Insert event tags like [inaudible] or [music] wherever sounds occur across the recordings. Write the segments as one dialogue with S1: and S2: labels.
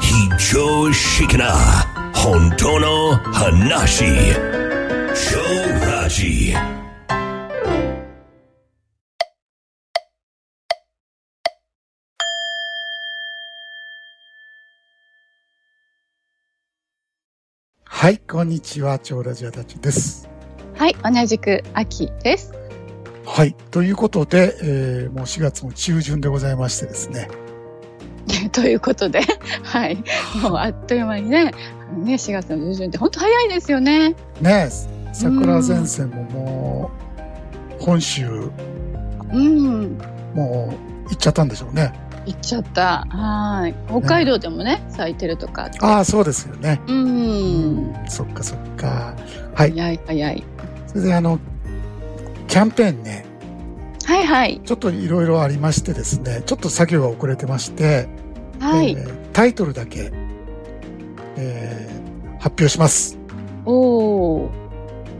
S1: 非常識な本当の話超ラジ
S2: はい、こんにちは、超ラジアたちです。
S3: はい、同じく秋です。 [laughs]
S2: はい、ということで、えーもう4月も中旬でございましてですね。
S3: ということで、 [laughs] はい、もうあっという間にね、ね、4月の中旬って本当早いですよね。
S2: ねえ、桜前線ももう、本州、
S3: うん、
S2: もう行っちゃったんでしょうね。
S3: 行っちゃった。はい、北海道でもね、咲いてるとか。
S2: ああ、そうですよね。
S3: うん、
S2: うん、そっかそっか。はい。
S3: 早い早い。
S2: それであの、キャンペーンね、
S3: はいはい
S2: ちょっといろいろありましてですね、ちょっと作業が遅れてまして、
S3: はい。
S2: えータイトルだけ、えー発表します。
S3: お [laughs] お、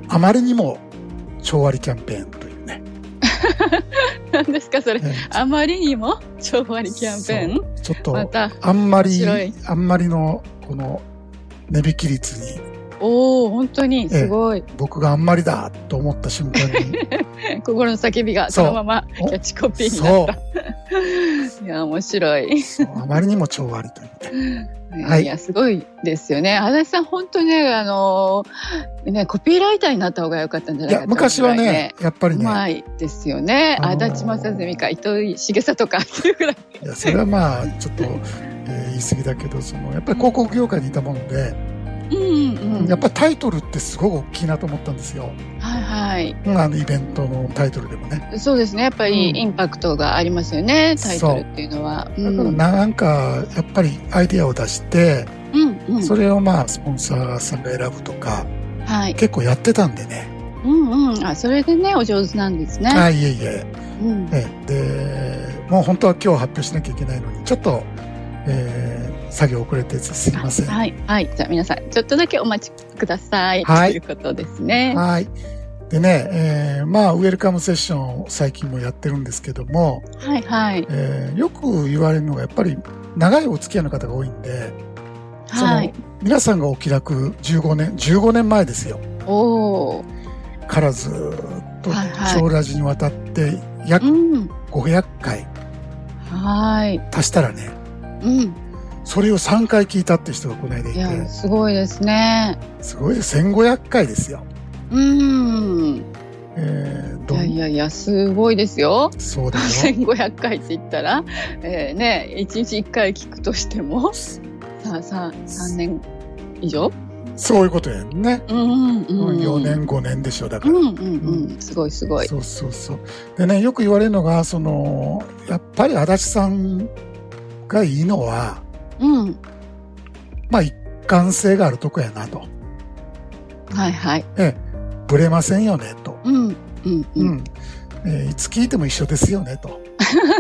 S2: あまりにも、超割キャンペーンというね。
S3: なんですかそれ。
S2: ね
S3: あまりにも超割キャンペーン。
S2: ちょっ
S3: ま
S2: と、
S3: た、
S2: あんまり
S3: 面白い、
S2: あんまりの、この、値引き率に、
S3: おお、本当にすごい。
S2: 僕があんまりだと思った瞬
S3: [laughs]
S2: 間に、
S3: 心の叫びが
S2: そ
S3: そうのままキ
S2: お
S3: ャッチコピーにな
S2: そ
S3: った。いや、面白い。
S2: う、そうあまりにも超割というね。はい
S3: いや、すごいですよね。足立さん、本当にね、あのーね、コピーライターになった方が良かったんじ
S2: い
S3: ゃないか
S2: や、昔はね、、やっぱり
S3: う
S2: ね、
S3: まいですよね。
S2: あのー
S3: 足立正純か、糸井重里かっていうぐらい。
S2: いやそれはまあ、ちょっと、えー言い過ぎだけど、その、やっぱり広告業界にいたもので、
S3: うんうんうん。
S2: やっぱりタイトルってすごく大きいなと思ったんですよ。
S3: はい
S2: うんあの、イベントのタイトルでもね。
S3: はい。そうですね。やっぱり
S2: うん
S3: インパクトがありますよね。タイト
S2: そう
S3: ルっていうのは。う
S2: だから
S3: ん
S2: な、なんか、やっぱりアイディアを出して、
S3: うんうん。
S2: それをまあ、スポンサーさんが選ぶとか、
S3: はい。
S2: 結構やってたんでね。
S3: うんうん。あ、それでね、お上手なんですね。
S2: あいえいえ、
S3: うん。
S2: ええでもう本当は今日発表しなきゃいけないのにちょっと、えー作業遅れてすいませんは
S3: はい。はい。じゃあ皆さん、ちょっとだけお待ちください。
S2: はい
S3: ということです
S2: い
S3: ね。
S2: でね、えーまあウェルカムセッションを最近もやってるんですけども、
S3: はいはい。
S2: えーよく言われるのがやっぱり長いお付き合いの方が多いんでその、
S3: はい。
S2: 皆さんがお気楽15年15年前ですよ
S3: おー。
S2: からずっと
S3: はいはい
S2: 超ラジにわたって約
S3: うん。
S2: 500回
S3: はい。
S2: 足したらね
S3: うん。
S2: それを3回聞いたって人がこの間い
S3: い
S2: て
S3: や、すごいですね。
S2: すごい1500回ですよ。
S3: うん。
S2: えー、
S3: い
S2: ど
S3: や
S2: ん
S3: いやいや、すごいですよ。
S2: そうだ
S3: [laughs]
S2: よ。
S3: 1500回って言ったら、えー、ね、1日1回聞くとしても、さあさあ、3年以上
S2: そういうことやんね。
S3: うんうんうん。
S2: 4。年5年でしょだか
S3: う
S2: ら。
S3: んうんうん。すごいすごい。
S2: そうそうそう。でねよく言われるのがそのやっぱり足立さんがいいのは
S3: うん。
S2: まあ一貫性があるとこやなと。
S3: はいはい。
S2: ぶれませんよねと。
S3: うん。うん
S2: う。
S3: うん
S2: えーいつ聞いても一緒ですよねと。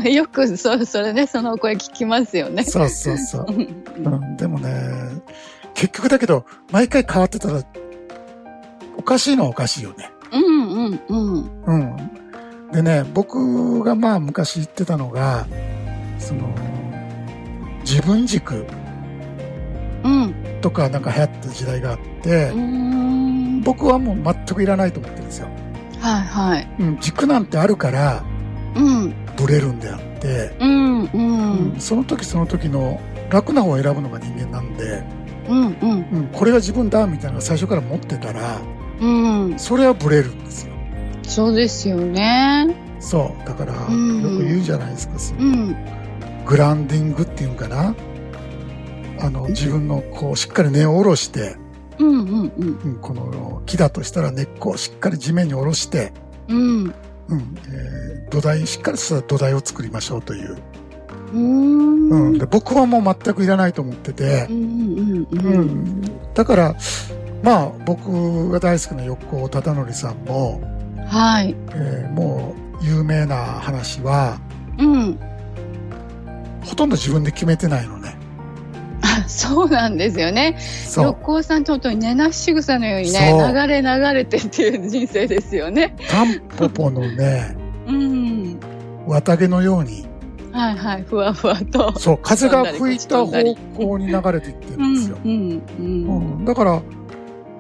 S3: ん、 [laughs] よくそうそれねそのお声聞きますよね。
S2: そうそうそう
S3: う。んう
S2: うんん、でもね結局だけど毎回変わってたらおかしいのはおかしいよね。
S3: うんうんうん
S2: うん。でね、僕がまあ昔言ってたのが、その、自分軸
S3: うん
S2: とかなんか流行った時代があって
S3: う、ん
S2: 僕はもう全くいらないと思ってるんですよ。
S3: はいはい
S2: うん、軸なんてあるから、
S3: うん
S2: ブレるんであって、
S3: うんうん
S2: うんその時その時の楽な方を選ぶのが人間なんで、
S3: うんうん
S2: うん、これが自分だみたいなのが最初から持ってたら、
S3: うん、
S2: それはブレるんですよ。
S3: そうですよね。
S2: そう。だから、よ
S3: うん
S2: く言うじゃないですか、その
S3: うん、
S2: グランディングっていうんかなあの自分のこうしっかり根を下ろして、
S3: うん、うん、
S2: うん、この木だとしたら根っこをしっかり地面に下ろして、
S3: う
S2: う
S3: ん、
S2: んえー土台しっかりした土台を作りましょうという、
S3: うん、う、
S2: うんん、で僕はもう全くいらないと思ってて
S3: う、ん、う
S2: うん
S3: ん、
S2: だからまあ僕が大好きな横尾忠則さんも、
S3: はい、
S2: えーもう有名な話は
S3: うん、
S2: ほとんど自分で決めてないのね。
S3: あそうなんですよね。
S2: そ
S3: 横
S2: う
S3: 尾さんと本当に寝なし仕草のようにね、
S2: そう
S3: 流れ流れてっていう人生ですよね。
S2: タンポポのね
S3: うん、
S2: 綿毛のように
S3: はいはい、ふわふわと。
S2: そう、風が吹いた
S3: 飛んだり
S2: 方向に流れていってる
S3: うんん
S2: ですよ。
S3: うん
S2: う
S3: うん
S2: ん、だから、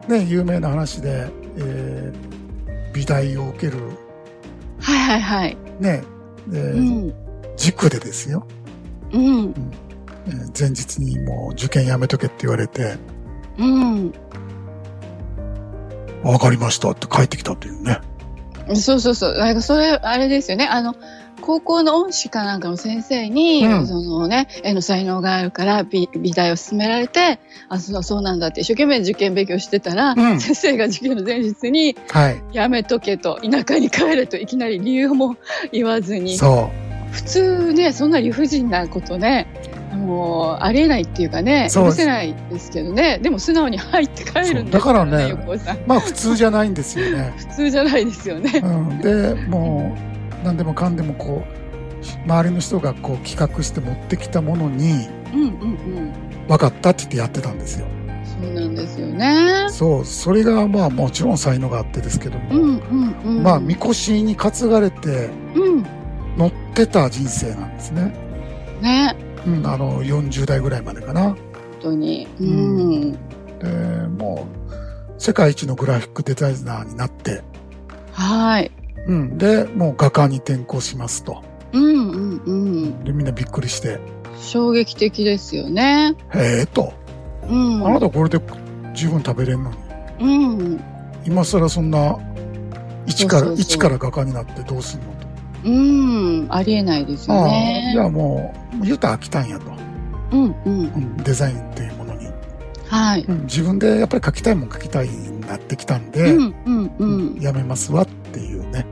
S2: ね、有名な話で、えー美大を受ける、
S3: はいはいはい。
S2: ね、え
S3: う
S2: ー
S3: ん
S2: 塾でですよ、
S3: うん
S2: えー前日にもう受験やめとけって言われて、
S3: うん。
S2: わかりましたって帰ってきたというね。
S3: そうそうそう。なんかそれ、あれですよね。あの、高校の恩師かなんかの先生に、
S2: うん
S3: そのね、絵の才能があるから美美大を勧められて、あ、そうそうなんだって一生懸命受験勉強してたら、
S2: うん
S3: 先生が受験の前日に、
S2: はい。
S3: やめとけと、田舎に帰れといきなり理由も [laughs] 言わずに、
S2: そ
S3: 普通ね、そんな理不尽なことね、もうありえないっていうかね、
S2: そうで
S3: 許
S2: す
S3: せないですけどね、でも素直に入って帰るん
S2: そうだ
S3: です
S2: からね
S3: 横尾さん [laughs]
S2: う。まあ普通じゃないんですよね。
S3: 普通じゃないですよね。
S2: うん、で、もう、何でもかんでもこう、周りの人がこう企画して持ってきたものに、
S3: うんうんうん。
S2: 分かったって言ってやってたんですよ。
S3: そうなんですよね。
S2: そう、それがまあもちろん才能があってですけど
S3: う
S2: も、
S3: んうんうん。
S2: まあ、みこしに担がれて
S3: うん。
S2: 乗ってた人生なんですね。
S3: ね、
S2: うん、あの、40代ぐらいまでかな。
S3: 本当に。うん。
S2: で、もう、世界一のグラフィックデザイナーになって、
S3: はい。
S2: うん、で、もう画家に転向しますと。
S3: うんうんうん。
S2: で、みんなびっくりして、
S3: 衝撃的ですよね。
S2: へえと、
S3: うん。
S2: あなたこれで十分食べれるのに、
S3: うん。
S2: 今更そんな、一か
S3: そう
S2: ら、
S3: そうそう
S2: 一から画家になってどうすんのと。
S3: うん。ありえないですよ
S2: ああ、
S3: ね
S2: じ。ゃあもう、言うたら飽きたんやと。
S3: うんうん。
S2: うん、デザインっていうものに、
S3: はい。
S2: うん、自分でやっぱり描きたいもん描きたいになってきたん
S3: う
S2: で、
S3: んうんうん。
S2: やめますわっていうね、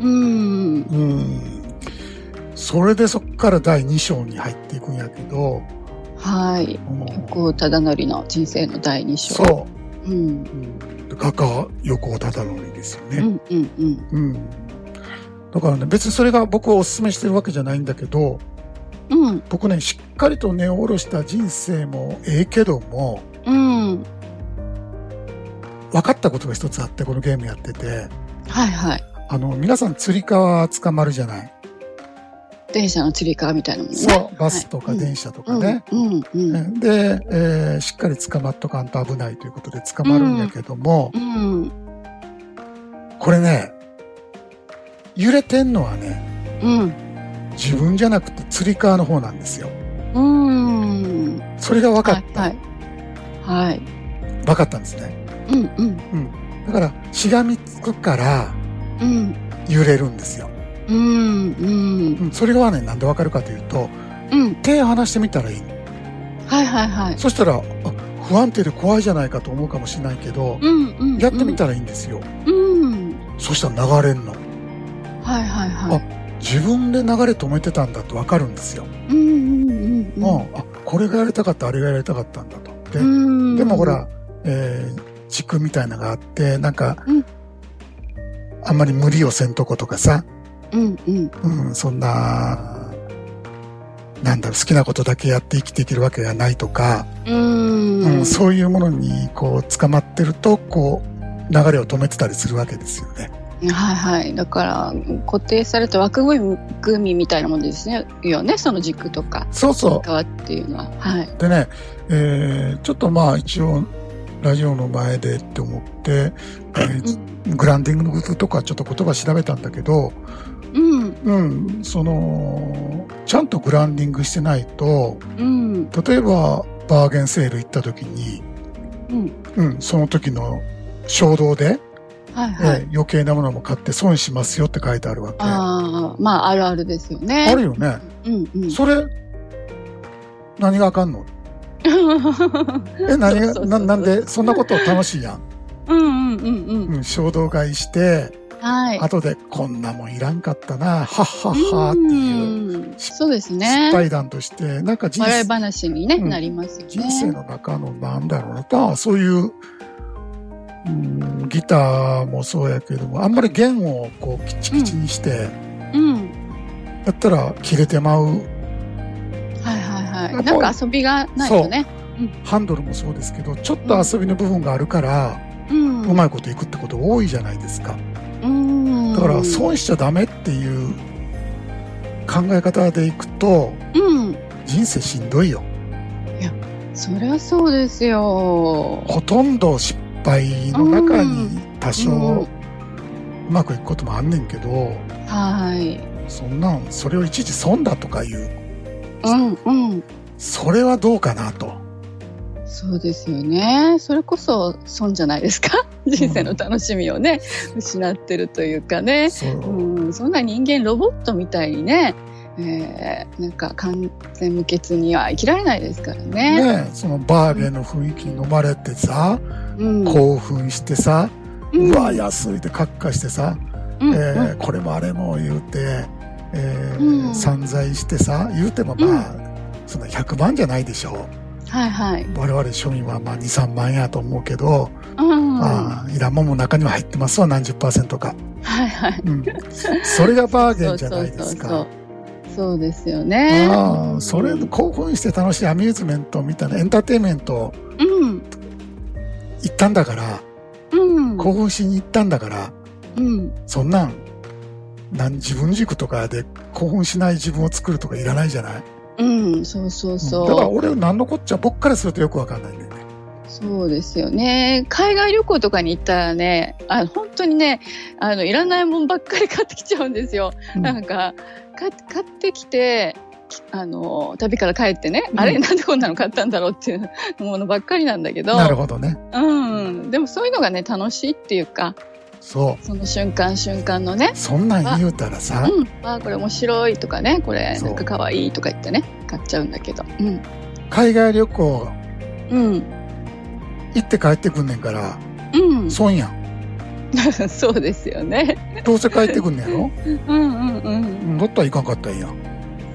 S3: うん。
S2: うん、それでそっから第2章に入っていくんやけど、
S3: はい。
S2: うん
S3: 横尾忠則の人生の第二章。。
S2: そう
S3: ん
S2: う、。うん、画家横尾忠則ですよ
S3: う
S2: ね、
S3: んうんうん。
S2: うんだからね別にそれが僕をおすすめしてるわけじゃないんだけど
S3: うん
S2: 僕ねしっかりと根を下ろした人生もええけども
S3: うん。
S2: 分かったことが一つあってこのゲームやってて
S3: はいはい。
S2: あの皆さんつり革捕まるじゃない
S3: 電車のつり革みたいなもんね。
S2: そう、バスとか電車とかね。
S3: うんうんうん。
S2: で、えーしっかり捕まっとかんと危ないということで捕まるんやけども、
S3: うん
S2: これね、揺れてんのはね、
S3: うん
S2: 自分じゃなくて釣り革の方なんですよ。
S3: うん。
S2: それが分かった。
S3: はいはい。はい。
S2: 分かったんですね。
S3: うんうん
S2: だから、しがみつくから
S3: うん
S2: 揺れるんですよ。
S3: うんうん
S2: うん、それがね、なんで分かるかというと、
S3: うん。
S2: 手離してみたらいいの。
S3: はいはいはい。
S2: そしたら、あ不安定で怖いじゃないかと思うかもしれないけど、
S3: うんうん。
S2: やってみ
S3: た。
S2: たらいいんですよ。
S3: うん。
S2: そしたら流れんの。
S3: はいはいはい。
S2: 自分で流れ止めてたんだって分かるんですよ。
S3: うんうんうんうん。
S2: もうあこれがやりたかったあれがやりたかったんだと。で,、
S3: うん
S2: でもほ。ら、えー、軸みたいなのがあってなんか、
S3: うん
S2: あんまり無理をせんとことかさ、
S3: うんうん。
S2: うん、そんななんだろう好きなことだけやって生きていけるわけがないとか、
S3: うん。
S2: うんそういうものにこう捕まってるとこう流れを止めてたりするわけですよね。
S3: はいはい。だから、固定された枠組みみたいなもんですね。よね、その軸とか。
S2: そうそう
S3: 皮っていうのは。はい。
S2: でね、えーちょっとまあ一応ラジオの前でって思って、えーグランディングのこととかちょっと言葉調べたんだけど、
S3: うん。
S2: うん、その、ちゃんとグランディングしてないと、
S3: うん。
S2: 例えばバーゲンセール行った時に、
S3: うん。
S2: うん、その時の衝動で、
S3: はいはい。
S2: えー余計なものも買って損しますよって書いてあるわけ。あ
S3: ああ、まあ、あるあるですよね。
S2: るよね。
S3: うんうん。
S2: それ、何があか
S3: [laughs]
S2: んのえ、何
S3: そうそう
S2: が、
S3: そう
S2: ななんで、そんなこと楽しいやん。
S3: [laughs] うんうんうんうん。
S2: うん、衝動買いして、
S3: はい。
S2: 後でこんなもんいらんかったな、はっはっはっていう
S3: うん。そうです
S2: 失
S3: ね。
S2: 敗談として、なんか人
S3: 笑い
S2: 生
S3: 話にね、
S2: うん
S3: なりますよね。
S2: 人生の中のなんだろうなと、そういう、うん、ギターもそうやけども、あんまり弦をこうキチキチにして、
S3: うん。
S2: やったら切れてまう、
S3: はいはい
S2: も
S3: は
S2: う
S3: い。なんか遊びがないとね。
S2: ハンドルもそうですけど、ちょっと遊びの部分があるから、
S3: うん。
S2: うまいこといくってこと多いじゃないですか。
S3: うん。
S2: だから損しちゃダメっていう考え方でいくと
S3: うん。
S2: 人生しんどいよ
S3: そりゃそうですよ。
S2: ほとんど失敗の中に多
S3: うん
S2: 少うまくいくこともあんねんけど
S3: はい。
S2: そんなんそれをいちいち損だとかいう
S3: うんうん。
S2: それはどうかなと
S3: そうですよね。それこそ損じゃないですか。人生の楽しみをね、失ってるというかね。
S2: そう
S3: うん、そんな人間ロボットみたいにね、えーなんか完全無欠には生きられないですからね。
S2: ねそのバーゲンの雰囲気に飲まれてさ
S3: うん、
S2: 興奮してさ
S3: うん
S2: うわ安いってカッカしてさ
S3: うん
S2: え
S3: うん
S2: ーこれもあれも言うて、えー
S3: うん
S2: 散財してさ言うてもまあ、そんな100万じゃないでしょ
S3: はいはい。
S2: 我々庶民はまあ23万やと思うけど、
S3: うん、は
S2: まあいらんもんも中には入ってますわ何十パーセントか、
S3: いはい。
S2: うん、それがバーゲ
S3: そ
S2: ン
S3: う
S2: じ
S3: そ
S2: ゃな
S3: う
S2: いで
S3: そう
S2: す
S3: そ
S2: か
S3: う。そうですよね。
S2: ああそれ興奮して楽しいアミューズメントみたいなエンターテインメント
S3: うん
S2: 行ったんだから
S3: うん
S2: 興奮しに行ったんだから
S3: うん。
S2: そんなんなん自分軸とかで興奮しない自分を作るとかいらないじゃない
S3: うん、そうそうそう。
S2: だから俺何のこっちゃ僕からするとよくわかんないんだよね。
S3: そうですよね。海外旅行とかに行ったらね、あ本当にね、あのいらないもんばっかり買ってきちゃうんですよ。
S2: うん
S3: なんかか買ってきて。きあの旅から帰ってね、
S2: うん
S3: あれなんでこんなの買ったんだろうっていう [laughs] ものばっかりなんだけど
S2: なるほどね。
S3: うん、でもそういうのがね楽しいっていうか
S2: そ
S3: その瞬間瞬間のね
S2: う。そんなん言うたらさ、
S3: うん、あこれ面白いとかねこれ
S2: そう
S3: なんか可愛いとか言ってね買っちゃうんだけどうん
S2: 海外旅行
S3: うん
S2: 行って帰ってくんねんから、
S3: うん [laughs]
S2: 損やん。
S3: そうですよね
S2: どうせ帰ってくんねんやろ
S3: うんうんうん
S2: うんだったら行かんかったんやん。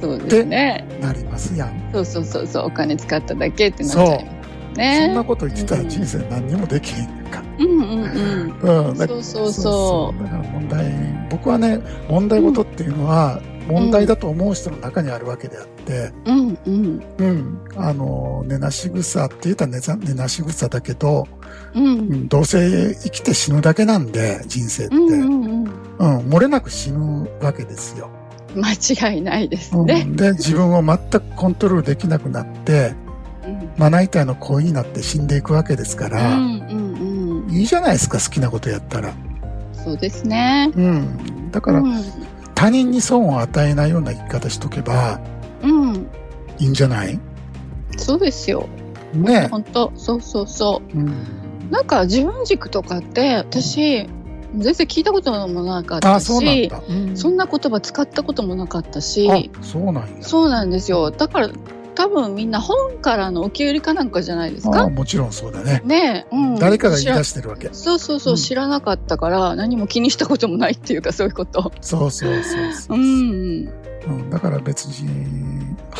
S3: そうですね。
S2: なりますやん。
S3: そうそうそうそう、お金使っただけってなっちゃいます
S2: そん
S3: ね
S2: な。こと言ってたら
S3: うん
S2: 人生何にもできへんやんか。
S3: うんうん
S2: うん。
S3: うん。
S2: だ
S3: そうそうそ
S2: だから問題、僕はね、問題事っていうのは、問題だと思う人の中にあるわけであって、
S3: う。うんうん
S2: うん。あの、寝なし草って言ったら寝ざ寝なし草だけど、
S3: う。
S2: うんんどうせ生きて死ぬだけなんで、人生って。
S3: うんう
S2: うん、
S3: んうん。
S2: 漏れなく死ぬわけですよ。
S3: 間違いないです
S2: うん
S3: ね。
S2: で、自分を全くコントロールできなくなって、
S3: うん
S2: まな板の恋になって死んでいくわけですか
S3: う
S2: ら、
S3: んうんうん。
S2: いいじゃないですか、好きなことやったら。
S3: そうですね。
S2: うん。だか
S3: う
S2: ら、
S3: ん
S2: 他人に損を与えないような生き方しとけば
S3: うん。
S2: いいんじゃない
S3: そうですよ。
S2: ね。
S3: 本当そうそうそう。
S2: うん。
S3: なんか自分軸とかって、私、全然聞いたこともなかっ
S2: あ、
S3: た
S2: そうなん
S3: し、
S2: だ。うん
S3: そんな言葉使ったこともなかったし、
S2: あ、そうなんや。
S3: そうなんですよ。だから多分みんな本からの受け売りかなんかじゃないです
S2: あ
S3: か。
S2: もちろんそうだね。
S3: ねえ、うん、
S2: 誰かが
S3: 知
S2: 言い
S3: ら
S2: 出してるわけ。
S3: そうそうそう、
S2: うん
S3: 知らなかったから何も気にしたこともないっていうかそういうこと。
S2: そうそうそうそうう。
S3: ん。
S2: うん、だから別に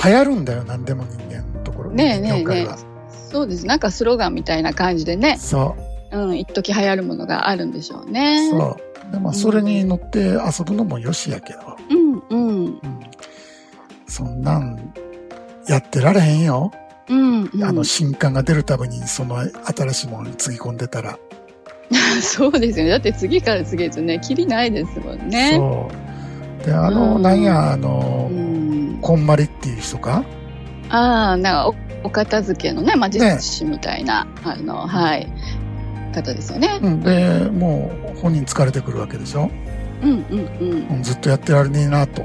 S2: 流行るんだよ何でも人間のところ
S3: ねえねえ
S2: 業界
S3: ね
S2: は
S3: え。そうです。なんかスローガンみたいな感じでね、
S2: そ
S3: うん、一時流行るものがあるんでしょう
S2: う
S3: ね。う。
S2: そうで、まあ、それに乗って遊ぶのもよしやけど、
S3: んうん
S2: うん、そんなんやってられへんよ、
S3: うん、うん、
S2: あの新刊が出るたびにその新しいものにつぎ込んでたら、
S3: [laughs] そうですよね。だって次から次へとね、きりないですもんね。
S2: そうであの、
S3: うん
S2: なんやあ
S3: う
S2: の、
S3: ん。
S2: こんまりっていう人か
S3: ああ、なんかおお片付けのね、魔
S2: ね
S3: 術師みたいな、あの、はい、方ですよね。
S2: うんでもう本人疲れてくるわけでしょ、
S3: うんうん
S2: うん、ずっとやってられねえなと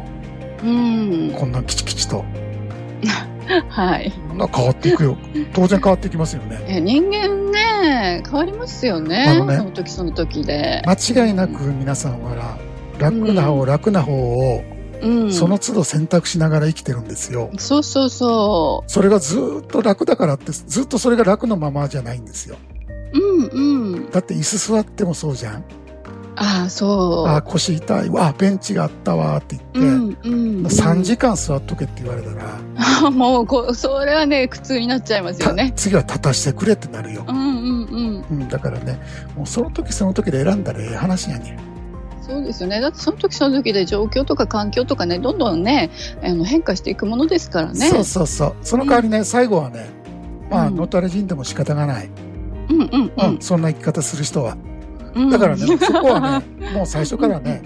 S3: うん。 [laughs]
S2: こんなキチキチと
S3: うん。はい。
S2: そんな変わってい
S3: [laughs]
S2: くよ当然変わってきますよね
S3: いや人間ね、変わりますよ
S2: あ
S3: ね。
S2: のね
S3: その時その時で。
S2: 間違いなく皆さんは楽な方、
S3: う
S2: 楽な方を
S3: うん。
S2: その都度選択しながら生きてるんですよ。
S3: そうそうそ
S2: それがずーっと楽だからってずっとそれが楽のままじゃないんですよ。
S3: う。うんうん。
S2: だって椅子座ってもそうじゃん。
S3: ああ、そ
S2: あー腰痛いわあベンチがあったわーって
S3: う。う
S2: 言って、
S3: んうん。
S2: 3時間座っとけって言われたら、
S3: 間。もうこ、それはね、苦痛になっちゃいますよね
S2: た。次は立たしてくれってなるよ
S3: う。んうんうん。
S2: うん、だからねもうその時その時で選んだらええ話やねん。
S3: そうですよね。だってその時その時で状況とか環境とかね、どんどんね、あの変化していくものですからね。
S2: そうそうそうその代わりね、最後はねまあ
S3: うん
S2: のたれ死んでも仕方がない、
S3: うんうんう
S2: うん
S3: ん
S2: そんな生き方する人は
S3: うん。 [laughs]
S2: だからね、そこはね、もう最初からね、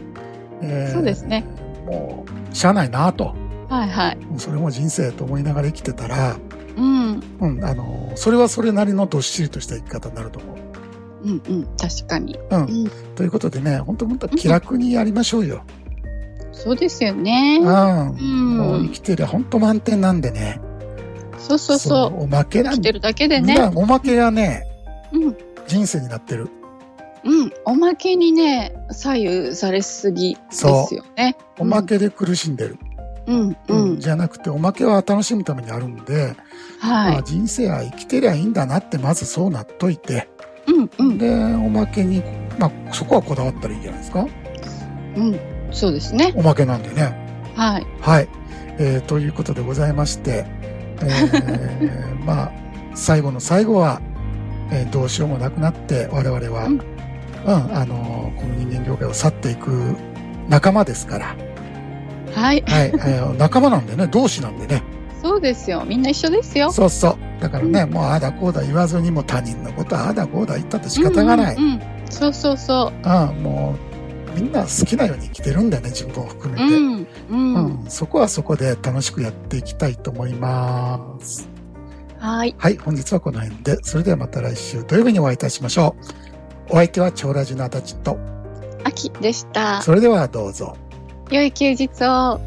S2: え
S3: そうですね。
S2: もうしゃあないなと。
S3: はいはい。
S2: それも人生と思いながら生きてたら、
S3: うん。
S2: うん、あの、それはそれなりのどっしりとした生き方になると思う。
S3: うんうん。確かに。
S2: うん。
S3: ん
S2: ということでね、本当本当気楽にやりましょうよ。
S3: そうですよね
S2: う。。
S3: うん
S2: もう生
S3: ん。
S2: きてりゃ本当満点なんでね。
S3: そうそうそう。
S2: おまけな
S3: 生
S2: ん
S3: きて
S2: で。
S3: るだけで
S2: だ
S3: ね。
S2: からおまけがね、
S3: うん。
S2: 人生になってる。
S3: うん。おまけにね、左右されすぎですよね。
S2: おまけで苦しんでる。
S3: うんうん。
S2: じゃなくて、おまけは楽しむためにあるんで、
S3: は
S2: まあ
S3: い。
S2: 人生は生きてりゃいいんだなって、まずそうなっといて、
S3: うんうん。
S2: で、おまけに、まあ、そこはこだわったらいいんじゃないですか。
S3: うん。そうですね。
S2: おまけなんでね。
S3: はい。
S2: はい。えーということでございまして、え
S3: [laughs]
S2: ーまあ、最後の最後は、えーどうしようもなくなって、我々は、う、
S3: うんん
S2: あのーこの人間業界を去っていく仲間ですから、
S3: はい。
S2: はい、えー仲間なんでね、同志なんでね。
S3: そうですよ。みんな一緒ですよ。
S2: そうそう。だからね、もうああだこうだ言わずに、もう他人のことはああだこうだ言ったって仕方がない。
S3: うんうんうんそうそうそ
S2: ああもう、みんな好きなように生きてるんだよね、自分を含め
S3: う。う
S2: て。
S3: ん。うん。
S2: うん、そこはそこで楽しくやっていきたいと思います。
S3: はい。
S2: はい、本日はこの辺で、それではまた来週土曜日にお会いいたしましょう。お相手は長ラジの足立と、
S3: 秋でした。
S2: それではどうぞ。
S3: 良い休日を。